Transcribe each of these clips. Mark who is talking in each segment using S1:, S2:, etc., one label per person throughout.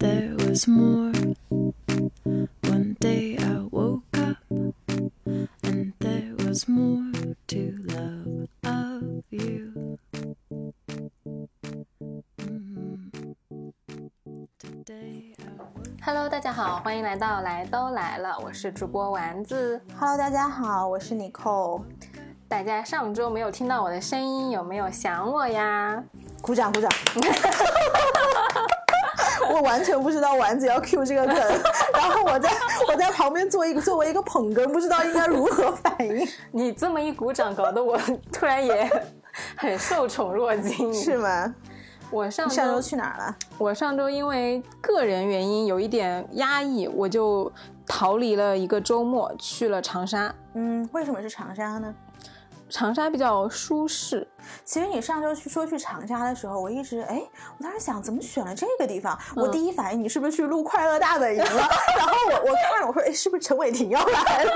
S1: was more. One day I woke up and there was more to love of you. Mm. Today I woke
S2: Hello，大家好，欢迎来到来都来了，我是主播丸子。
S3: Hello，大家好，我是 Nicole，
S2: 大家上周没有听到我的声音，有没有想我呀？
S3: 鼓掌鼓掌。 我完全不知道丸子要 Q 这个梗，然后我在我在旁边做一个作为一个捧哏，不知道应该如何反 应，
S2: 你这么一鼓掌，搞得我 突然也很受宠若惊。
S3: 是吗？
S2: 我上
S3: 你
S2: 周
S3: 上周去哪儿了？
S2: 我上周因为个人原因有一点压抑，我就逃离了一个周末，去了长沙。
S3: 嗯，为什么是长沙呢？
S2: 长沙比较舒适，
S3: 其实你上周去说去长沙的时候，我一直哎，我当时想怎么选了这个地方？我第一反应你是不是去录《快乐大本营》了？ 然后我我看着我说，哎，是不是陈伟霆要 来了？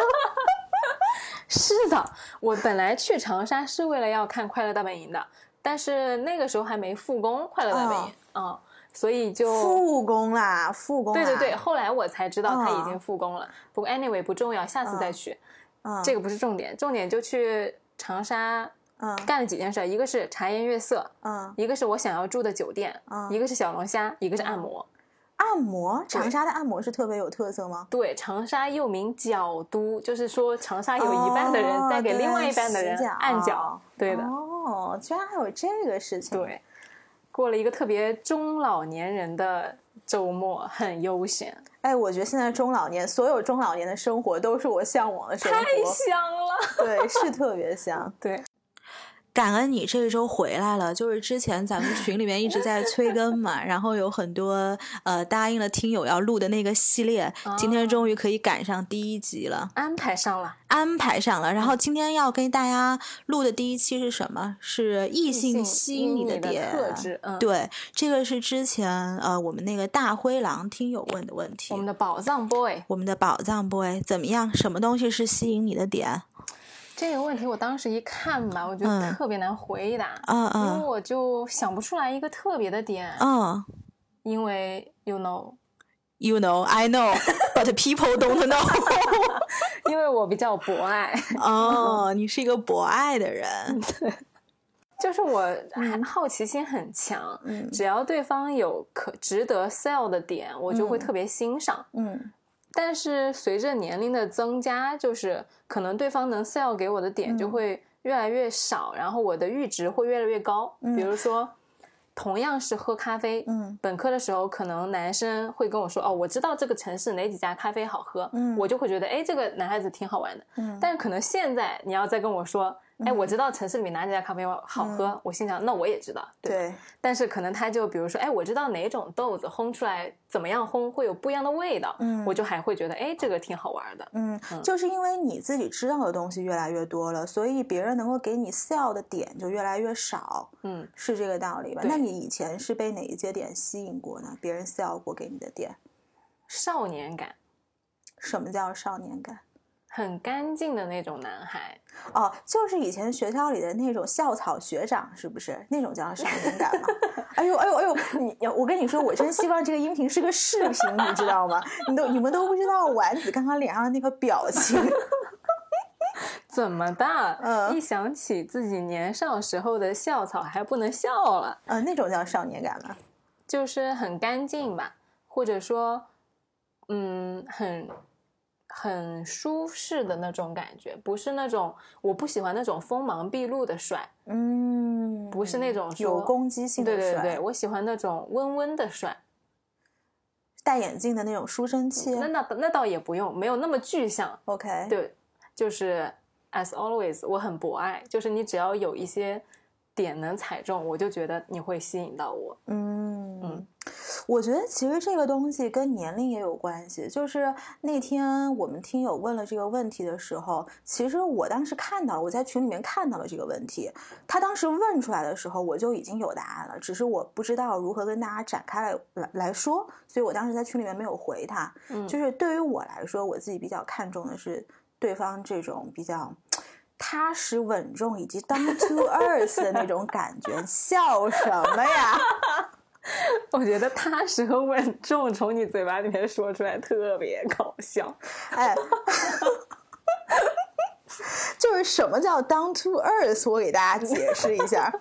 S2: 是的，我本来去长沙是为了要看《快乐大本营》的，但是那个时候还没复工《快乐大本营》啊、所以就
S3: 哦复工啊啦，复工啦。
S2: 对对对，，后来我才知道它已经
S3: 啊
S2: 复工了。不过 anyway 不重要，下次再去，
S3: 嗯，
S2: 这
S3: 个
S2: 个不是重点，重点就去长沙
S3: 嗯
S2: 干了几件事，一个是茶颜悦色，
S3: 嗯，
S2: 一个是我想要住的酒店，
S3: 啊
S2: 一个是小龙虾，一个是
S3: 哦
S2: 按摩。
S3: 按摩，
S2: 对
S3: 长沙的按摩是特别有特色吗？
S2: 对，长沙又名脚都，就是说长沙有一半的人
S3: 哦
S2: 在给
S3: 对
S2: 另外一半的人
S3: 洗脚
S2: 按脚，对的。
S3: 哦，居然还有这个事情。，
S2: 对，过了一个特别中老年人的周末，很悠闲，
S3: 哎，我觉得现在中老年，所有中老年的生活都是我向往的生
S2: 太
S3: 活。
S2: 香了。
S3: 对，是特别香。
S2: 对，
S3: 感恩你这周回来了，就是之前咱们群里面一直在催更嘛， 然后有很多呃答应了听友要录的那个系列，今
S2: 啊
S3: 天终于可以赶上第一集了，
S2: 安排上了
S3: 安排上了。然后今天要跟大家录的第一期是什么？是异性吸
S2: 因
S3: 引你
S2: 你的
S3: 点
S2: 特质，嗯，
S3: 对，这个是之前呃我们那个大灰狼听友问的问题
S2: 我。们的宝藏 boy
S3: 我们的宝藏 boy 怎么样？什么东西是吸引你的点？
S2: 这个问题，我当时一看吧，我觉得
S3: 嗯
S2: 特别难回答，
S3: 嗯
S2: 因为
S3: 嗯
S2: 我就想不出来一个特别的点，
S3: 嗯
S2: 因为 you know，
S3: ，You know, I know, but people don't know 。
S2: 因为我比较博爱。
S3: 哦，你是一个博爱的人。
S2: 就是我还好奇心很强，
S3: 嗯
S2: 只要对方有可值得 sell 的点，我就会
S3: 嗯
S2: 特别欣赏。
S3: 嗯
S2: 但是随着年龄的增加，就是可能对方能 sell 给我的点
S3: 嗯
S2: 就会越来越少，然后我的阈值会越来越高。
S3: 嗯
S2: 比如说，同样是喝咖啡，
S3: 嗯
S2: 本科的时候可能男生会跟我说：“哦，我知道这个城市哪几家咖啡好喝。
S3: 嗯
S2: 我就会觉得，哎，这个男孩子挺好玩的。
S3: 嗯
S2: 但是可能现在你要再跟我说，哎，我知道城市里哪几家咖啡好喝，我心想，那我也知道，吧
S3: 嗯对，
S2: 但是可能他就比如说，哎，我知道哪种豆子烘出来怎么样烘会有不一样的味道，
S3: 嗯
S2: 我就还会觉得，哎，这个挺好玩的。
S3: 嗯，就是因为你自己知道的东西越来越多了，所以别人能够给你 sell 的点就越来越少，
S2: 嗯，
S3: 是这个道理吧？
S2: 对
S3: 那你以前是被哪一些点吸引过呢？别人 sell 过给你的点，
S2: 少年感，
S3: 什么叫少年感？
S2: 很干净的那种男孩，
S3: 哦，就是以前学校里的那种校草学长，是不是那种叫少年感吗？ 哎呦哎呦哎呦！你我跟你说，我真希望这个音频是个视频，你知道吗？你都你们都不知道丸子刚刚脸上的那个表情。
S2: 怎么的？
S3: 嗯
S2: 一想起自己年少时候的校草，还不能笑了，
S3: 呃，那种叫少年感吗？
S2: 就是很干净吧，或者说，嗯，很。很舒适的那种感觉，不是那种我不喜欢那种锋芒毕露的帅，
S3: 嗯，
S2: 不是那种
S3: 有
S2: 说
S3: 攻击性的
S2: 对
S3: 帅，
S2: 对对，我喜欢那种温温的帅。
S3: 戴眼镜的那种书生气。
S2: 那那那倒也不用，没有那么具象。
S3: OK，
S2: 对，就是 as always，我很博爱，就是你只要有一些点能踩中，我就觉得你会吸引到我。
S3: 嗯
S2: 嗯
S3: 我觉得其实这个东西跟年龄也有关系。就是那天我们听友问了这个问题的时候，其实我当时看到，我在群里面看到了这个问题。他当时问出来的时候，我就已经有答案了，只是我不知道如何跟大家展开来来来说，所以我当时在群里面没有回他。
S2: 嗯，
S3: 就是对于我来说，我自己比较看重的是对方这种比较踏实稳重以 及 down to earth 的那种感觉。笑什么呀？
S2: 我觉得踏实和稳重从你嘴巴里面说出来特别搞笑。
S3: 哎，就是什么叫 down to earth？我给大家解释一下，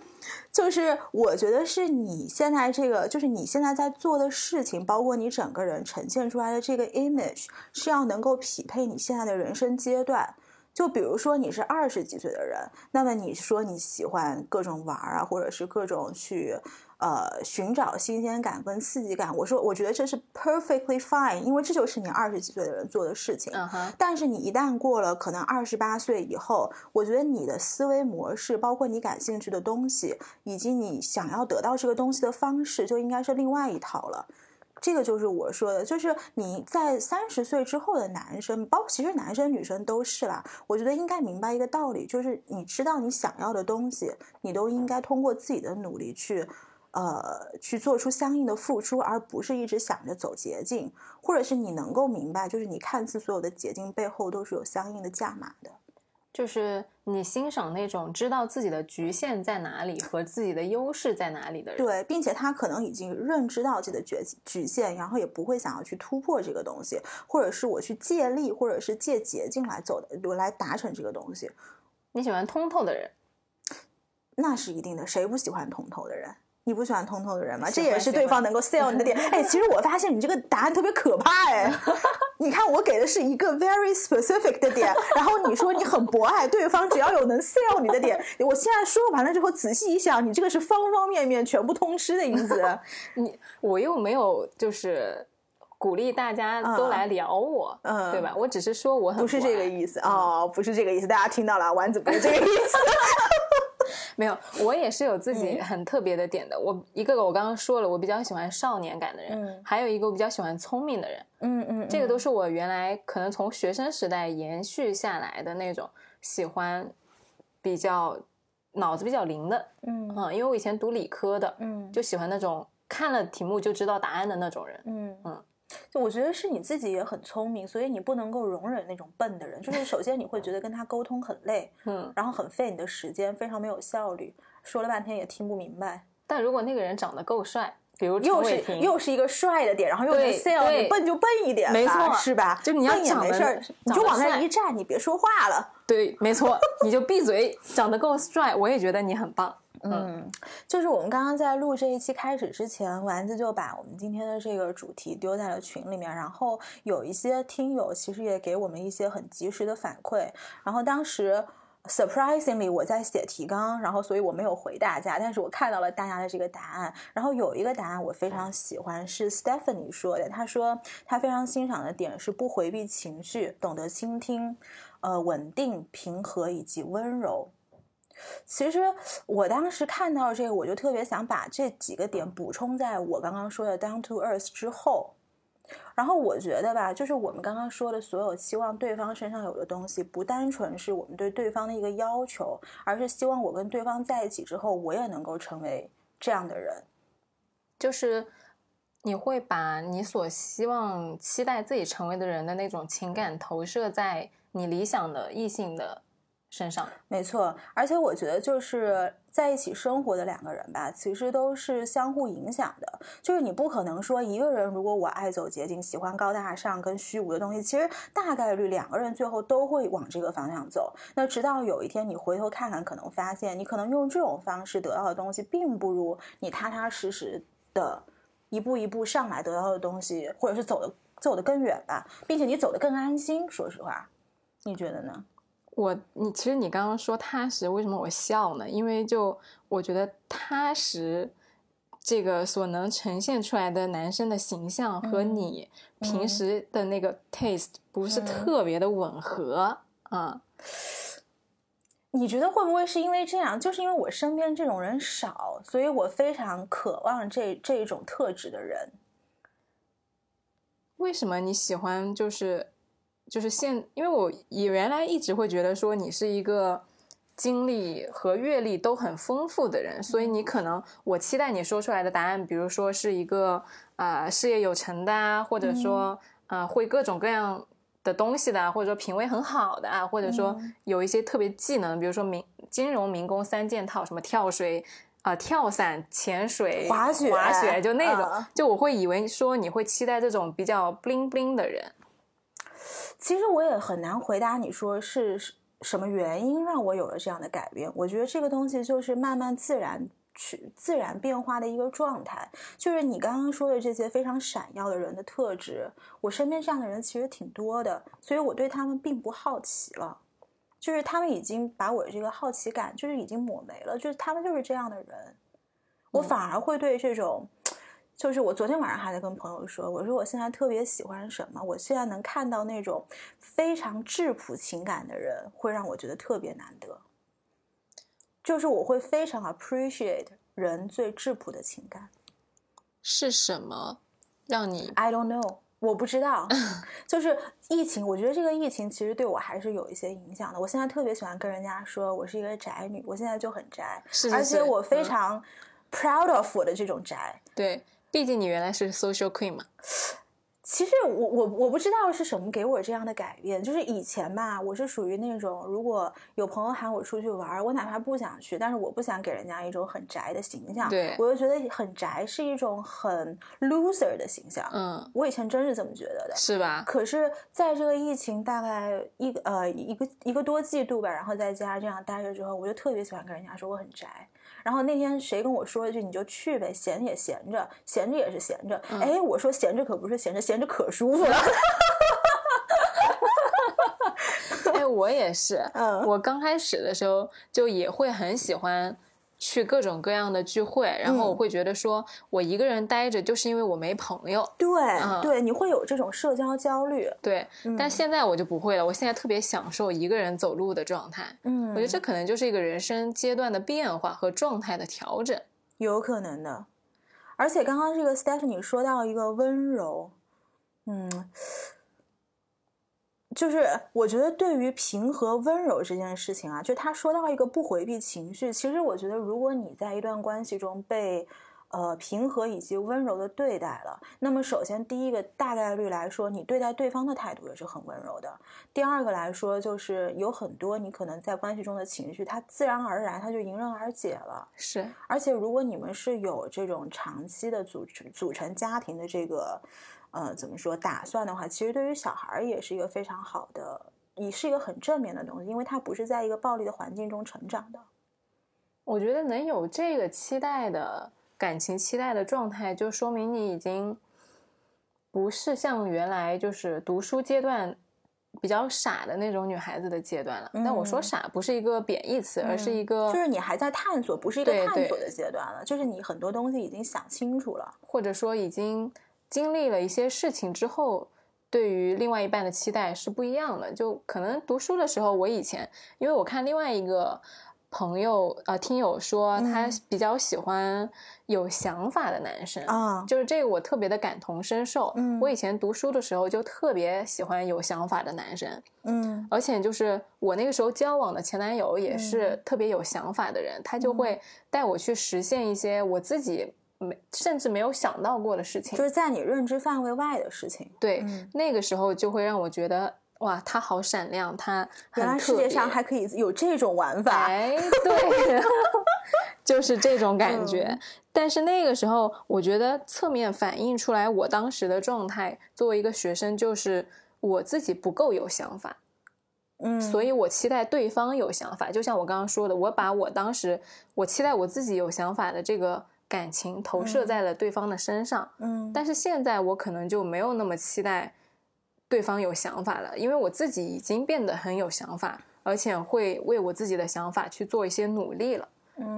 S3: 就是我觉得是你现在这个，就是你现在在做的事情，包括你整个人呈现出来的这个 image，是要能够匹配你现在的人生阶段。就比如说你是二十几岁的人，那么你说你喜欢各种玩儿啊，或者是各种去呃寻找新鲜感跟刺激感，我说我觉得这是 perfectly fine，因为这就是你二十几岁的人做的事情。
S2: 嗯哼，
S3: 但是你一旦过了可能二十八岁以后，我觉得你的思维模式，包括你感兴趣的东西，以及你想要得到这个东西的方式，就应该是另外一套了。这个就是我说的，就是你在三十岁之后的男生，包括其实男生女生都是啦。我觉得应该明白一个道理，就是你知道你想要的东西，你都应该通过自己的努力去，呃，去做出相应的付出，而不是一直想着走捷径，或者是你能够明白，就是你看似所有的捷径背后都是有相应的价码的。
S2: 就是你欣赏那种知道自己的局限在哪里和自己的优势在哪里的人。
S3: 对，并且他可能已经认知到自己的局局限，然后也不会想要去突破这个东西，或者是我去借力，或者是借捷径来走的，来达成这个东西，
S2: 你喜欢通透的人，
S3: 那是一定的。谁不喜欢通透的人？你不喜欢通透的人吗？这
S2: 喜
S3: 也
S2: 欢
S3: 是
S2: 喜
S3: 对
S2: 欢
S3: 方能够 sell 你的 点。哎，其实我发现你这个答案特别可怕哎。你看，我给的是一个 very specific 的点，然后你说你很博爱对方，只要有能 sell 你的点，我现在说完了之后，仔细一想，你这个是方方面面全部通吃的意思。
S2: 你我又没有就是鼓励大家都
S3: 嗯
S2: 来聊我，
S3: 嗯
S2: 对吧？我只是说我很
S3: 不是这个
S2: 意。
S3: 意思哦，不是这个意思，大家听到了，啊丸子不是这个意思。
S2: 没有，我也是有自
S3: 嗯
S2: 己很特别的点的。我一个我刚刚说了，我比较喜欢少年感的人，
S3: 嗯
S2: 还有一个我比较喜欢聪明的人，
S3: 嗯嗯，
S2: 这个都是我原来可能从学生时代延续下来的那种喜欢比较脑子比较灵的，
S3: 嗯
S2: 嗯，因为我以前读理科的，
S3: 嗯
S2: 就喜欢那种看了题目就知道答案的那种人。
S3: 嗯
S2: 嗯。
S3: 就我觉得是你自己也很聪明，所以你不能够容忍那种笨的人。就是首先你会觉得跟他沟通很累，
S2: 嗯，
S3: 然后很费你的时间，非常没有效率，说了半天也听不明白。
S2: 但如果那个人长得够帅，比如陈
S3: 又
S2: 伟
S3: 是
S2: 霆，
S3: 又是一个帅的点，然后又能
S2: 对
S3: sell，
S2: 对
S3: 你笨就笨一点吧，
S2: 没错
S3: 是吧？
S2: 就你要
S3: 笨也
S2: 长
S3: 没
S2: 得
S3: 事儿，你
S2: 长
S3: 就
S2: 得
S3: 往那
S2: 帅
S3: 一站，你别说话了。
S2: 对，没错，你就闭嘴，长得够帅，我也觉得你很棒。
S3: 嗯，就是我们刚刚在录这一期开始之前，丸子就把我们今天的这个主题丢在了群里面，然后有一些听友其实也给我们一些很及时的反馈，然后当时。Surprisingly，我在写提纲，然后所以我没有回大家，但是我看到了大家的这个答案。然后有一个答案我非常喜欢，是 Stephanie 说的，她说她非常欣赏的点是不回避情绪，懂得倾听，呃，稳定、平和以及温柔。其实我当时看到这个，我就特别想把这几个点补充在我刚刚说的 down to earth 之后。然后我觉得吧，就是我们刚刚说的所有期望对方身上有的东西，不单纯是我们对对方的一个要求，而是希望我跟对方在一起之后，我也能够成为这样的人。
S2: 就是你会把你所希望、期待自己成为的人的那种情感投射在你理想的异性的身上。
S3: 没错，而且我觉得就是在一起生活的两个人吧，其实都是相互影响的。就是你不可能说一个人，如果我爱走捷径，喜欢高大上跟虚无的东西，其实大概率两个人最后都会往这个方向走。那直到有一天你回头看看，可能发现你可能用这种方式得到的东西，并不如你踏踏实实的一步一步上来得到的东西，或者是走的走得更远吧，并且你走得更安心。说实话，你觉得呢？
S2: 我，你其实你刚刚说踏实，为什么我笑呢？因为就我觉得踏实这个所能呈现出来的男生的形象和
S3: 嗯
S2: 你平
S3: 嗯
S2: 时的那个 taste 不是
S3: 嗯
S2: 特别的吻合啊。
S3: 你觉得会不会是因为这样？就是因为我身边这种人少，所以我非常渴望这这一种特质的人。
S2: 为什么你喜欢就是就是现？因为我以原来一直会觉得说你是一个经历和阅历都很丰富的人，所以你可能我期待你说出来的答案，比如说是一个啊、呃事业有成的啊，或者说啊、呃会各种各样。的东西的啊，或者说品味很好的啊，或者说
S3: 嗯
S2: 有一些特别技能，比如说民金融民工三件套，什么跳水呃跳伞、潜水、
S3: 滑雪
S2: 滑雪就那种，
S3: 嗯
S2: 就我会以为说你会期待这种比较 bling bling 的人，
S3: 其实我也很难回答你说是是什么原因让我有了这样的改变。我觉得这个东西就是慢慢自然去自然变化的一个状态，就是你刚刚说的这些非常闪耀的人的特质，我身边这样的人其实挺多的，所以我对他们并不好奇了。就是他们已经把我这个好奇感，就是已经抹没了，就是他们就是这样的人，我反而会对这种，就是我昨天晚上还在跟朋友说，我说我现在特别喜欢什么，我现在能看到那种非常质朴情感的人，会让我觉得特别难得，就是我会非常 appreciate 人最质朴的情感。
S2: 是什么让你
S3: I don't know，我不知道。就是疫情，我觉得这个疫情其实对我还是有一些影响的。我现在特别喜欢跟人家说我是一个宅女，我现在就很宅，
S2: 是是
S3: 而且
S2: 是
S3: 我非
S2: 嗯
S3: 常 proud of 我的这种宅。
S2: 对？毕竟你原来是 social queen 嘛，
S3: 其实我我我不知道是什么给我这样的改变，就是以前吧，我是属于那种如果有朋友喊我出去玩儿，我哪怕不想去，但是我不想给人家一种很宅的形象，
S2: 对
S3: 我就觉得很宅是一种很 loser 的形象。
S2: 嗯，
S3: 我以前真是这么觉得的，
S2: 是吧？
S3: 可是，在这个疫情大概一个呃一个一个多季度吧，然后在家这样待着之后，我就特别喜欢跟人家说我很宅。然后那天谁跟我说一句，你就去呗，闲也闲着，闲着也是闲着。
S2: 嗯
S3: 哎、我说闲着可不是闲着，闲着可 舒服了。
S2: 哎，我也是，
S3: 嗯
S2: 我刚开始的时候就也会很喜欢去各种各样的聚会，然后我
S3: 嗯
S2: 会觉得说我一个人待着就是因为我没朋友，
S3: 对、
S2: 嗯
S3: 对，你会有这种社交焦虑。
S2: 对，
S3: 嗯
S2: 但现在我就不会了，我现在特别享受一个人走路的状态。
S3: 嗯，
S2: 我觉得这可能就是一个人生阶段的变化和状态的调整。
S3: 有可能的。而且刚刚这个 Stephanie 说到一个温柔，嗯，就是我觉得对于平和温柔这件事情啊，就他说到一个不回避情绪，其实我觉得如果你在一段关系中被呃平和以及温柔的对待了，那么首先第一个大概率来说，你对待对方的态度也是很温柔的。第二个来说，就是有很多你可能在关系中的情绪，它自然而然它就迎刃而解了。
S2: 是，
S3: 而且，如果你们是有这种长期的组成组成家庭的这个，呃，怎么说打算的话，其实对于小孩儿也是一个非常好的，也是一个很正面的东西，因为他不是在一个暴力的环境中成长的。
S2: 我觉得能有这个期待的感情期待的状态，就说明你已经不是像原来就是读书阶段比较傻的那种女孩子的阶段了。但我说
S3: 嗯
S2: 傻不是一个贬义词，而是一个
S3: 就是你还在探索，不是一个
S2: 嗯对
S3: 探
S2: 对
S3: 索的阶段了，就是你很多东西已经想清楚了。
S2: 或者说已经经历了一些事情之后，对于另外一半的期待是不一样的。就可能读书的时候，我以前因为我看另外一个朋友呃听友说，
S3: 嗯
S2: 他比较喜欢有想法的男生。
S3: 啊，
S2: 嗯就是这个，我特别的感同身受。
S3: 嗯
S2: 我以前读书的时候就特别喜欢有想法的男生，
S3: 嗯
S2: 而且就是我那个时候交往的前男友也是
S3: 嗯
S2: 特别有想法的人，他就会带我去实现一些我自己没甚至没有想到过的事情
S3: 就。是在你认知范围外的事情。
S2: 对，
S3: 嗯
S2: 那个时候就会让我觉得哇，他好闪亮，他
S3: 原来
S2: 很
S3: 世
S2: 特别
S3: 界上还可以有这种玩法。
S2: 哎，对， 就是这种感觉。
S3: 嗯
S2: 但是那个时候，我觉得侧面反映出来我当时的状态，作为一个学生，就是我自己不够有想法。
S3: 嗯，
S2: 所
S3: 以
S2: 以我期待对方有想法。就像我刚刚说的，我把我当时我期待我自己有想法的这个感情投射
S3: 嗯
S2: 在了对方的身上，
S3: 嗯，
S2: 但是现在我可能就没有那么期待对方有想法了，因为我自己已经变得很有想法，而且会为我自己的想法去做一些努力了。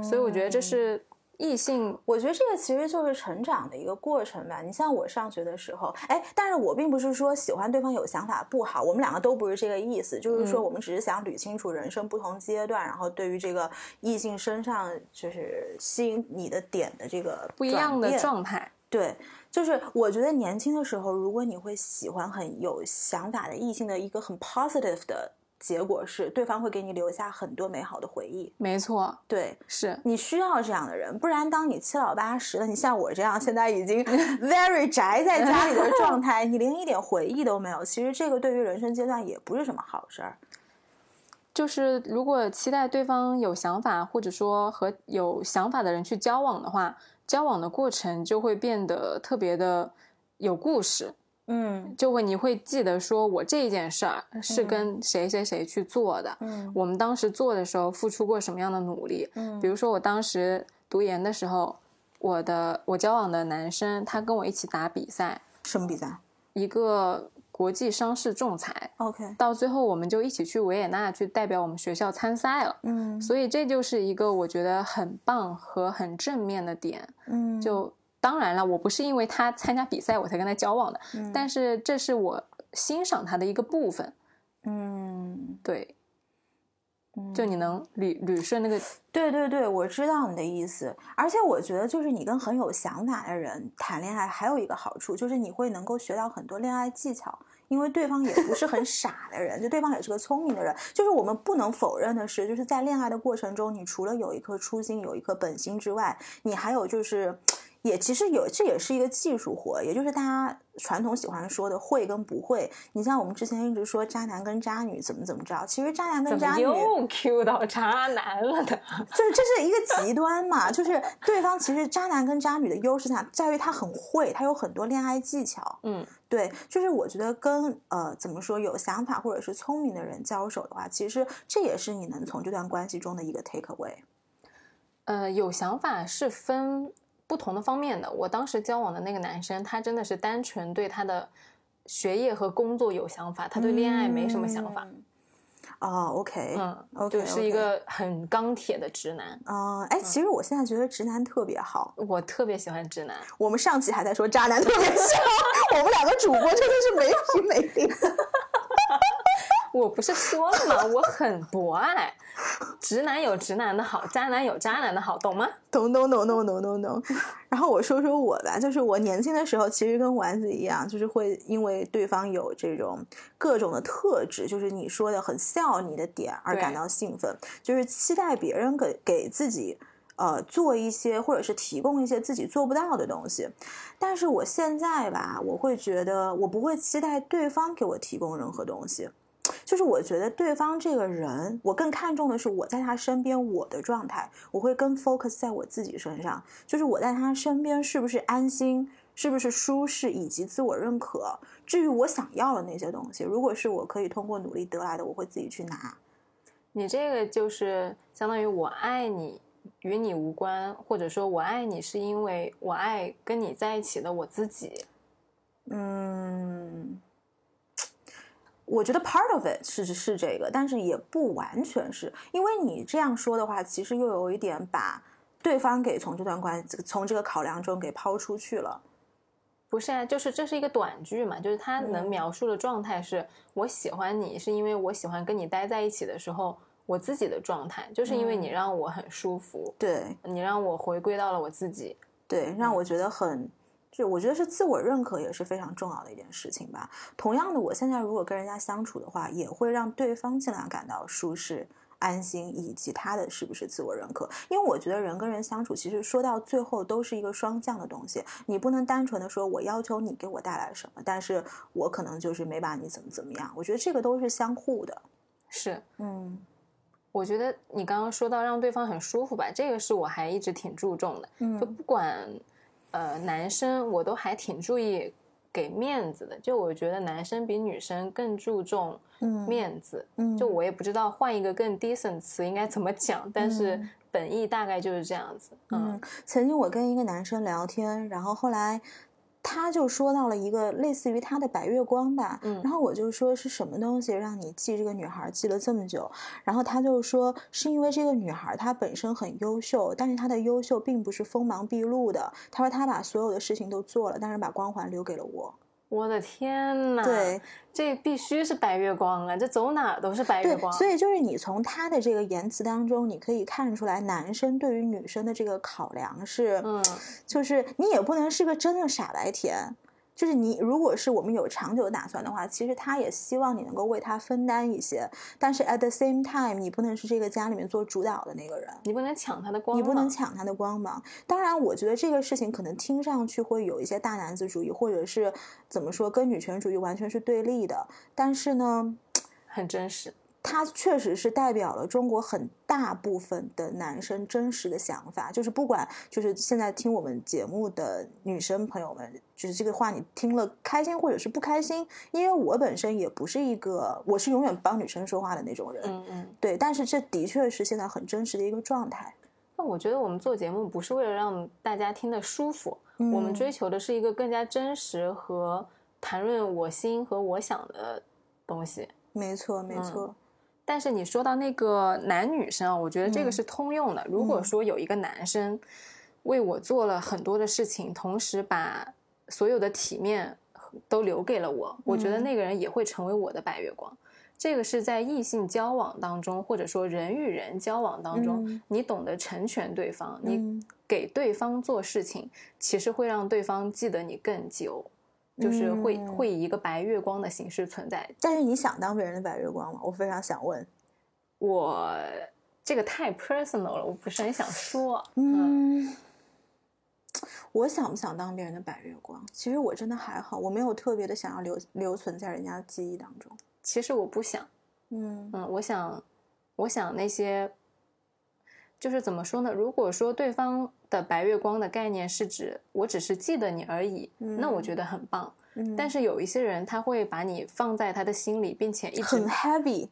S2: 所以我觉得这
S3: 嗯
S2: 是异性，
S3: 我觉得这个其实就是成长的一个过程吧。你像我上学的时候，哎，但是我并不是说喜欢对方有想法不好，我们两个都不是这个意思，就是说
S2: 嗯
S3: 我们只是想捋清楚人生不同阶段，然后对于这个异性身上就是吸引你的点的这个
S2: 不一样的
S3: 转变
S2: 状态。
S3: 对，就是我觉得年轻的时候，如果你会喜欢很有想法的异性的一个很 positive 的结果是，对方会给你留下很多美好的回忆。
S2: 没错，
S3: 对，
S2: 是
S3: 你需要这样的人，不然当你七老八十了，你像我这
S2: 嗯
S3: 样现在 已经 very 宅在家里的状态，你连一点回忆都没有，其实这个对于人生阶段也不是什么好事儿。
S2: 就是如果期待对方有想法，或者说和有想法的人去交往的话，交往的过程就会变得特别的有故事，
S3: 嗯
S2: 就会你会记得说我这一件事儿是
S3: 嗯
S2: 跟谁谁谁去做的，
S3: 嗯
S2: 我们当时做的时候付出过什么样的努力，
S3: 嗯，
S2: 比如说我当时读研的时候，我的我交往的男生他跟我一起打比赛，
S3: 什么比赛
S2: 一个国际商事仲裁，
S3: ？OK，
S2: 到最后我们就一起去维也纳去代表我们学校参赛了。
S3: 嗯
S2: 所以这就是一个我觉得很棒和很正面的点。
S3: 嗯，
S2: 就当然了，我不是因为他参加比赛我才跟他交往的，
S3: 嗯
S2: 但是这是我欣赏他的一个部分。
S3: 嗯，
S2: 对，
S3: 嗯
S2: 就你能捋捋顺那个，
S3: 对对对，我知道你的意思。而且我觉得，就是你跟很有想法的人谈恋爱，还有一个好处就是你会能够学到很多恋爱技巧，因为对方也不是很傻的人，就 对方也是个聪明的人。就是我们不能否认的是，就是在恋爱的过程中，你除了有一颗初心、有一颗本心之外，你还有就是。也其实有，这也是一个技术活，也就是大家传统喜欢说的会跟不会。你像我们之前一直说渣男跟渣女怎么怎么着，其实渣男跟
S2: 怎
S3: 渣
S2: 么
S3: 女
S2: 又 Q 到渣男了呢？
S3: 就是这是一个极端嘛，就是对方其实渣男跟渣女的优势在在于他很会，他有很多恋爱技巧。
S2: 嗯，
S3: 对，就是我觉得跟呃怎么说有想法或者是聪明的人交手的话，其实这也是你能从这段关系中的一个 take away。
S2: 呃，有想法是分不同的方面的。我当时交往的那个男生，他真的是单纯对他的学业和工作有想法，他对恋爱没什么想法。
S3: 嗯。哦，OK，
S2: 嗯，
S3: ，OK，
S2: 对，是一个很钢铁的直男。
S3: 嗯，哎，其实我现在觉得直男特别好。
S2: 我特别喜欢直男，
S3: 我们上期还在说渣男特别像， 我们两个主播真的是没皮没脸。
S2: 我不是说了吗？我很博爱，直男有直男的好，渣男有渣男的好，懂吗？
S3: 懂懂懂懂懂懂懂。然后我说说我吧，就是我年轻的时候，其实跟丸子一样，就是会因为对方有这种各种的特质，就是你说的很笑你的点而
S2: 对
S3: 感到兴奋，就是期待别人给给自己。呃，做一些或者是提供一些自己做不到的东西，但是我现在吧，我会觉得我不会期待对方给我提供任何东西，就是我觉得对方这个人，我更看重的是我在他身边我的状态，我会更 focus 在我自己身上，就是我在他身边是不是安心，是不是舒适以及自我认可。至于我想要的那些东西，如果是我可以通过努力得来的，我会自己去拿。
S2: 你这个就是相当于我爱你与你无关，或者说我爱你是因为我爱跟你在一起的我自己。
S3: 嗯，我觉得 part of it 是是这个，但是也不完全是，因为你这样说的话，其实又有一点把对方给从这段关从这个考量中给抛出去了。
S2: 不是啊，就是这是一个短句嘛，就是它能
S3: 嗯
S2: 描述的状态是、我喜欢你，是因为我喜欢跟你待在一起的时候我自己的状态，就是因为
S3: 嗯
S2: 你让我很舒服，
S3: 对，
S2: 你让我回归到了我自己。
S3: 对，让
S2: 嗯
S3: 我觉得很，就我觉得是自我认可也是非常重要的一件事情吧。同样的，我现在如果跟人家相处的话，也会让对方尽量感到舒适、安心，以及他的是不是自我认可。因为我觉得人跟人相处，其实说到最后都是一个双向的东西。你不能单纯的说我要求你给我带来什么，但是我可能就是没把你怎么怎么样。我觉得这个都是相互的。
S2: 是，
S3: 嗯
S2: 我觉得你刚刚说到让对方很舒服吧，这个是我还一直挺注重的，就
S3: 嗯
S2: 不管呃男生，我都还挺注意给面子的。就我觉得男生比女生更注重
S3: 嗯
S2: 面子，
S3: 嗯，
S2: 就我也不知道换一个更 decent 词应该怎么讲，但是
S3: 嗯
S2: 本意大概就是这样子。
S3: 嗯
S2: 嗯，，
S3: 曾经我跟一个男生聊天，然后后来他就说到了一个类似于他的白月光吧，
S2: 嗯
S3: 然后我就说是什么东西让你记这个女孩记了这么久，然后他就说是因为这个女孩她本身很优秀，但是她的优秀并不是锋芒毕露的，他说她把所有的事情都做了，但是把光环留给了我，
S2: 我的天呐，
S3: 对，
S2: 这必须是白月光啊，这走哪儿都是白月
S3: 对，
S2: 光。
S3: 所以就是你从他的这个言辞当中，你可以看出来男生对于女生的这个考量是，
S2: 嗯，
S3: 就是你也不能是个真的傻白甜。就是你，如果是我们有长久打算的话，其实他也希望你能够为他分担一些，但是 at the same time，你不能是这个家里面做主导的那个人。
S2: 你不能抢他的光
S3: 你
S2: 芒，
S3: 不能抢他的光芒。当然，我觉得这个事情可能听上去会有一些大男子主义，或者是怎么说，跟女权主义完全是对立的。但是呢，
S2: 很真实。
S3: 它确实是代表了中国很大部分的男生真实的想法，就是不管就是现在听我们节目的女生朋友们，就是这个话你听了开心或者是不开心，因为我本身也不是一个我是永远帮女生说话的那种人，
S2: 嗯嗯。
S3: 对，但是这的确是现在很真实的一个状态。
S2: 那我觉得我们做节目不是为了让大家听得舒服，我们
S3: 嗯
S2: 追求的是一个更加真实和谈论我心和我想的东西。
S3: 没错，没
S2: 嗯
S3: 错，
S2: 但是你说到那个男女生啊，我觉得这个
S3: 嗯
S2: 是通用的。如果
S3: 嗯
S2: 说有一个男生为我做了很多的事情，同时把所有的体面都留给了我，我觉得
S3: 嗯
S2: 那个人也会成为我的白月光。这个是在异性交往当中，或者说人与人交往当中，
S3: 嗯
S2: 你懂得成全对方，你
S3: 嗯
S2: 给对方做事情，其实会让对方记得你更久，就是会、
S3: 嗯
S2: 会以一个白月光的形式存在
S3: 但是你想当别人的白月光吗？我非常想问。
S2: 我这个太 personal 了，我不是很想说。
S3: 嗯，我想不想当别人的白月光？其实我真的还好，我没有特别的想要留留存在人家的记忆当中。
S2: 其实我不想，
S3: 嗯
S2: 嗯，我想，我想那些，就是怎么说呢？如果说对方的白月光的概念是指我只是记得你而已，那我
S3: 嗯
S2: 觉得很棒。
S3: 嗯，
S2: 但是有一些人他会把你放在他的心里，并且一直
S3: 很 heavy。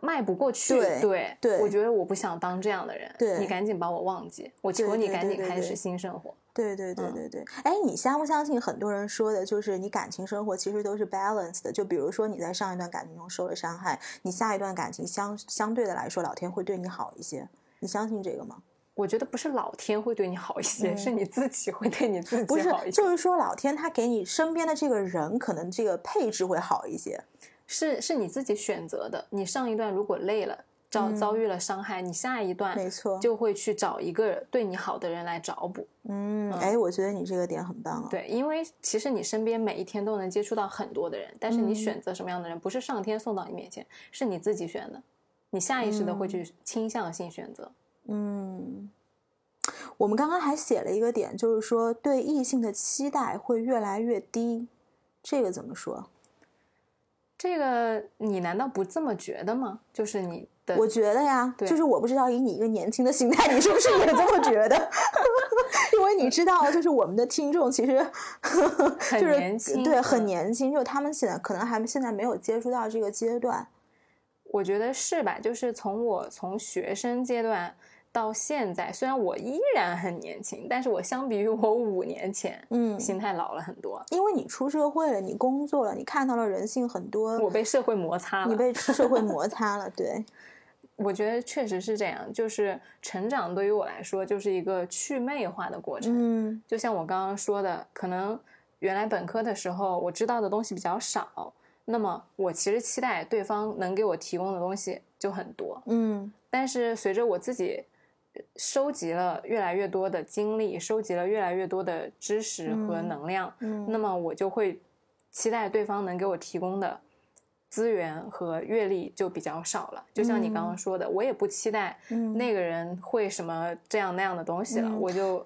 S2: 迈不过去。
S3: 对
S2: 对
S3: 对
S2: 我觉得我不想当这样的人。
S3: 对
S2: 你赶紧把我忘记，我求
S3: 对
S2: 你
S3: 对
S2: 赶
S3: 对
S2: 紧
S3: 对
S2: 开
S3: 对
S2: 始新生活。
S3: 对对对
S2: 嗯
S3: 对对，哎，你相不相信很多人说的，就是你感情生活其实都是 balance 的？就比如说你在上一段感情中受了伤害，你下一段感情相相对的来说，老天会对你好一些。你相信这个吗？
S2: 我觉得不是老天会对你好一些，是你自己会对你自
S3: 嗯不
S2: 己
S3: 是
S2: 好一，些。
S3: 就是说老天他给你身边的这个人，可能这个配置会好一些。
S2: 是是你自己选择的。你上一段如果累了，遭
S3: 嗯
S2: 遭遇了伤害，你下一段
S3: 没错，
S2: 啊就会去找一个对你好的人来找补。
S3: 嗯，
S2: 嗯
S3: 哎，我觉得你这个点很棒啊。
S2: 对，因为其实你身边每一天都能接触到很多的人，但是你
S3: 嗯
S2: 选择什么样的人，不是上天送到你面前，是你自己选的。你下意识的会去倾向性选择，
S3: 嗯，我们刚刚还写了一个点，就是说对异性的期待会越来越低，这个怎么说？
S2: 这个你难道不这么觉得吗？就是你的，
S3: 我觉得呀，
S2: 对
S3: 就是我不知道以你一个年轻的心态，你是不是也这么觉得？ 因为你知道，就是我们的听众其实
S2: 很
S3: 就是
S2: 年轻
S3: 对，
S2: 嗯
S3: 很年轻，就他们现在可能还现在没有接触到这个阶段。
S2: 我觉得是吧？就是从我从学生阶段到现在，虽然我依然很年轻，但是我相比于我五年前，
S3: 嗯
S2: 心态老了很多。
S3: 因为你出社会了，你工作了，你看到了人性很多，
S2: 我被社会摩擦
S3: 你
S2: 了，
S3: 被社会摩擦了， 对，
S2: 我觉得确实是这样。就是成长对于我来说，就是一个去魅化的过程。
S3: 嗯
S2: 就像我刚刚说的，可能原来本科的时候我知道的东西比较少，那么我其实期待对方能给我提供的东西就很多。
S3: 嗯
S2: 但是随着我自己呃收集了越来越多的经历，收集了越来越多的知识和
S3: 嗯
S2: 能量，
S3: 嗯，
S2: 那么我就会期待对方能给我提供的资源和阅历就比较少了。就像你刚刚说的，我也不期待
S3: 嗯
S2: 那个人会什么这样那样的东西了，
S3: 嗯
S2: 我就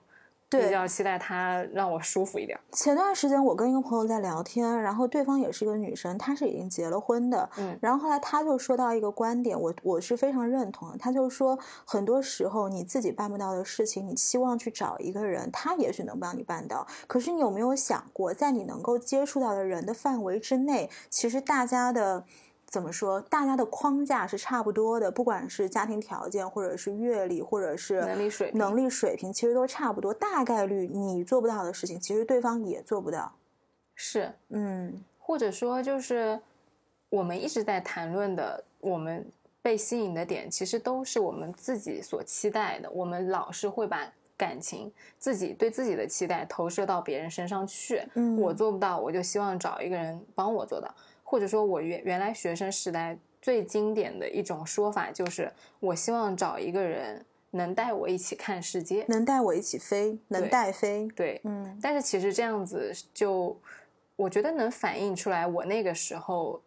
S2: 比
S3: 对
S2: 较期待他让我舒服一点。
S3: 前段时间我跟一个朋友在聊天，然后对方也是一个女生，她是已经结了婚的，
S2: 嗯
S3: 然后后来她就说到一个观点，我我是非常认同的，她就说很多时候你自己办不到的事情，你期望去找一个人，他也许能帮你办到，可是你有没有想过，在你能够接触到的人的范围之内，其实大家的。怎么说？大家的框架是差不多的，不管是家庭条件，或者是阅历，或者是
S2: 能力水平
S3: 能力水平其实都差不多。大概率你做不到的事情，其实对方也做不到。
S2: 是，
S3: 嗯
S2: 或者说就是我们一直在谈论的，我们被吸引的点，其实都是我们自己所期待的。我们老是会把感情、自己对自己的期待投射到别人身上去。
S3: 嗯，
S2: 我做不到，我就希望找一个人帮我做到。或者说，我原原来学生时代最经典的一种说法就是，我希望找一个人能带我一起看世界。
S3: 能带我一起飞，能
S2: 对
S3: 带飞。
S2: 对，
S3: 嗯
S2: 但是其实这样子就，我觉得能反映出来我那个时候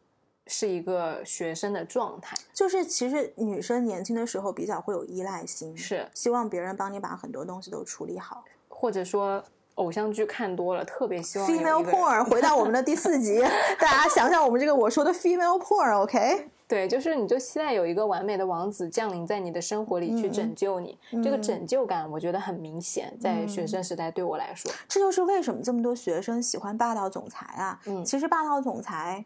S2: 是一个学生的状态。
S3: 就是其实女生年轻的时候比较会有依赖心，
S2: 是
S3: 希望别人帮你把很多东西都处理好。
S2: 或者说偶像剧看多了，特别希望有一
S3: female
S2: 个人
S3: porn 回到我们的第四集，大家想想我们这个我说的 female porn，OK？、
S2: 对，就是你就期待有一个完美的王子降临在你的生活里去
S3: 嗯嗯
S2: 拯救你，这个
S3: 嗯
S2: 拯救感我觉得很明显，在学
S3: 嗯
S2: 生时代对我来说，
S3: 这就是为什么这么多学生喜欢霸道总裁啊。
S2: 嗯
S3: 其实霸道总裁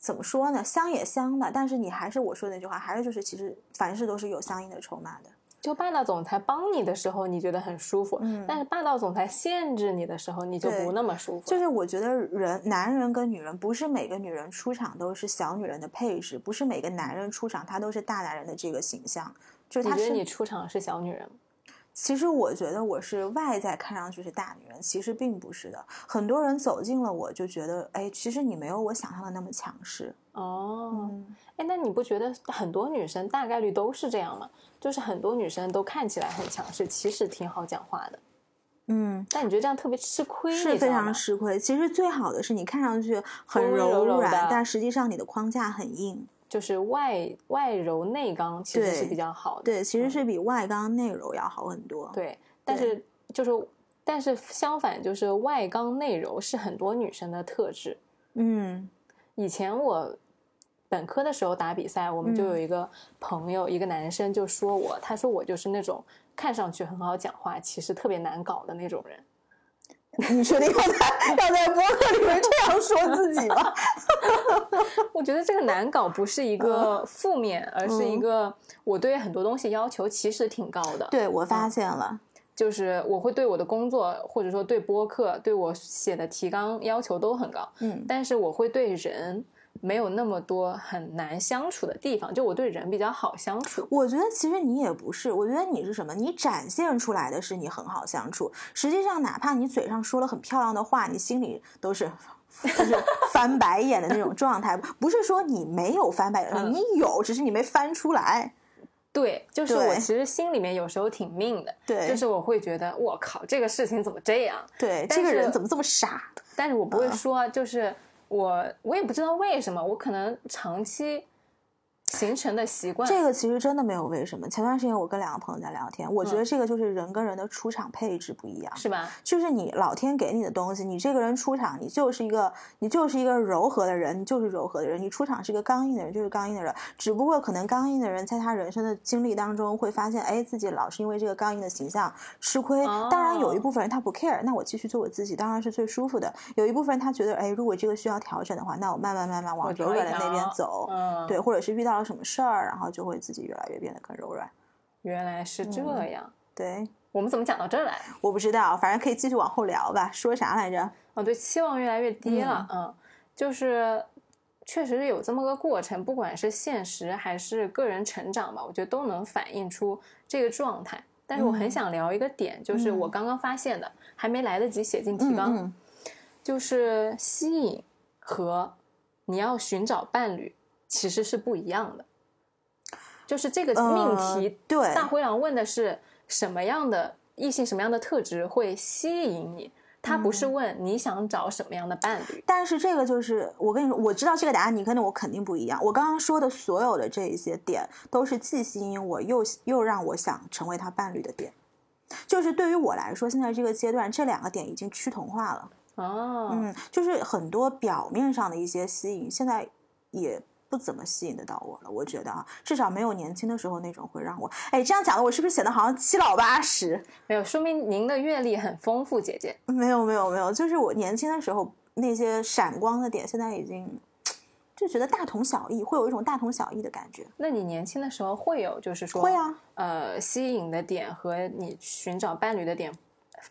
S3: 怎么说呢？香也香吧，但是你还是我说的那句话，还是就是其实凡事都是有相应的筹码的。
S2: 就霸道总裁帮你的时候，你觉得很舒服，
S3: 嗯
S2: 但是霸道总裁限制你的时候，你就
S3: 对
S2: 不那么舒服。
S3: 就是我觉得人男人跟女人不是每个女人出场都是小女人的配置，不是每个男人出场他都是大男人的这个形象。就是
S2: 你
S3: 他
S2: 觉得
S3: 是
S2: 你出场是小女人吗？
S3: 其实我觉得我是外在看上去是大女人，其实并不是的。很多人走近了我就觉得，哎，其实你没有我想象的那么强势。
S2: 哦，，
S3: 嗯
S2: 哎，那你不觉得很多女生大概率都是这样吗？就是很多女生都看起来很强势，其实挺好讲话的，
S3: 嗯，
S2: 但你觉得这样特别吃亏，
S3: 是
S2: 你知
S3: 非
S2: 道吗
S3: 常吃亏。其实最好的是你看上去很
S2: 温温
S3: 柔
S2: 柔柔
S3: 软，
S2: 的
S3: 但实际上你的框架很硬。
S2: 就是外外柔内刚，其实是
S3: 对
S2: 比较好的。
S3: 对，其实
S2: 嗯
S3: 是比外刚内柔要好很多。，
S2: 对，但
S3: 对
S2: 是就是但是相反，就是外刚内柔是很多女生的特质。
S3: 嗯
S2: 以前我本科的时候打比赛，我们就
S3: 嗯
S2: 有一个朋友，一个男生就说我，他说我就是那种看上去很好讲话，其实特别难搞的那种人。
S3: 你确定要在要在博客里面这样说自己吗？
S2: 我觉得这个难搞不是一个负面，而是一
S3: 嗯
S2: 个我对很多东西要求其实挺高 的。
S3: 对，我发现了，
S2: 就是我会对我的工作，或者说对播客，对我写的提纲要求都很高，
S3: 嗯
S2: 但是我会对人没有那么多很难相处的地方，就我对人比较好相处。
S3: 我觉得其实你也不是，我觉得你是什么？你展现出来的是你很好相处，实际上哪怕你嘴上说了很漂亮的话，你心里都是。 就是翻白眼的那种状态，不是说你没有翻 白眼，
S2: 嗯
S3: 你有，只是你没翻出来。
S2: 对，就是我
S3: 对
S2: 其实心里面有时候挺命的，
S3: 对，
S2: 就是我会觉得我靠这个事情怎么这样，
S3: 对，
S2: 但
S3: 这个人
S2: 是
S3: 怎么这么傻？
S2: 但是我不会
S3: 啊
S2: 说，就是我我也不知道为什么，我可能长期形成的习惯，
S3: 这个其实真的没有为什么。前段时间我跟两个朋友在聊天，我觉得这个就是人跟人的出场配置不一样。
S2: 嗯是吧？
S3: 就是你老天给你的东西，你这个人出场，你就是一个你就是一个柔和的人，你就是柔和的人；你出场是一个刚硬的人，就是刚硬的人。只不过可能刚硬的人在他人生的经历当中会发现，哎，自己老是因为这个刚硬的形象吃亏。当然有一
S2: 哦
S3: 部分人他不 care，那我继续做我自己，当然是最舒服的。有一部分人他觉得，哎，如果这个需要调整的话，那我慢慢慢慢往
S2: 我
S3: 柔
S2: 调一
S3: 软的那边
S2: 调
S3: 走。
S2: 嗯，
S3: 对，，或者是遇到了什么事儿，然后就会自己越来越变得更柔软。
S2: 原来是这
S3: 嗯
S2: 样。
S3: 对，
S2: 我们怎么讲到这儿来？
S3: 我不知道，反正可以继续往后聊吧。说啥来着？
S2: 哦，对，期望越来越低了，嗯就是确实是有这么个过程，不管是现实还是个人成长吧，我觉得都能反映出这个状态。但是我很
S3: 嗯
S2: 想聊一个点，就是我
S3: 嗯
S2: 刚刚发现的，还没来得及写进提纲，
S3: 嗯嗯
S2: 就是吸引和你要寻找伴侣其实是不一样的。就是这个命
S3: 呃
S2: 题，
S3: 对
S2: 大灰狼问的是什么样的异性，什么样的特质会吸引你？他不
S3: 嗯
S2: 是问你想找什么样的伴侣。
S3: 但是这个就是我跟你说，我知道这个答案，你跟我肯定不一样。我刚刚说的所有的这一些点，都是既吸引我又又让我想成为他伴侣的点。就是对于我来说，现在这个阶段，这两个点已经趋同化了。
S2: 哦，
S3: 嗯，就是很多表面上的一些吸引，现在也不怎么吸引得到我了。我觉得啊，至少没有年轻的时候那种会让我，哎，这样讲的我是不是显得好像七老八十？
S2: 没有，说明您的阅历很丰富，姐姐。
S3: 没有，没有，没有，就是我年轻的时候那些闪光的点，现在已经就觉得大同小异，会有一种大同小异的感觉。
S2: 那你年轻的时候会有，就是说，
S3: 会，啊，
S2: 呃，吸引的点和你寻找伴侣的点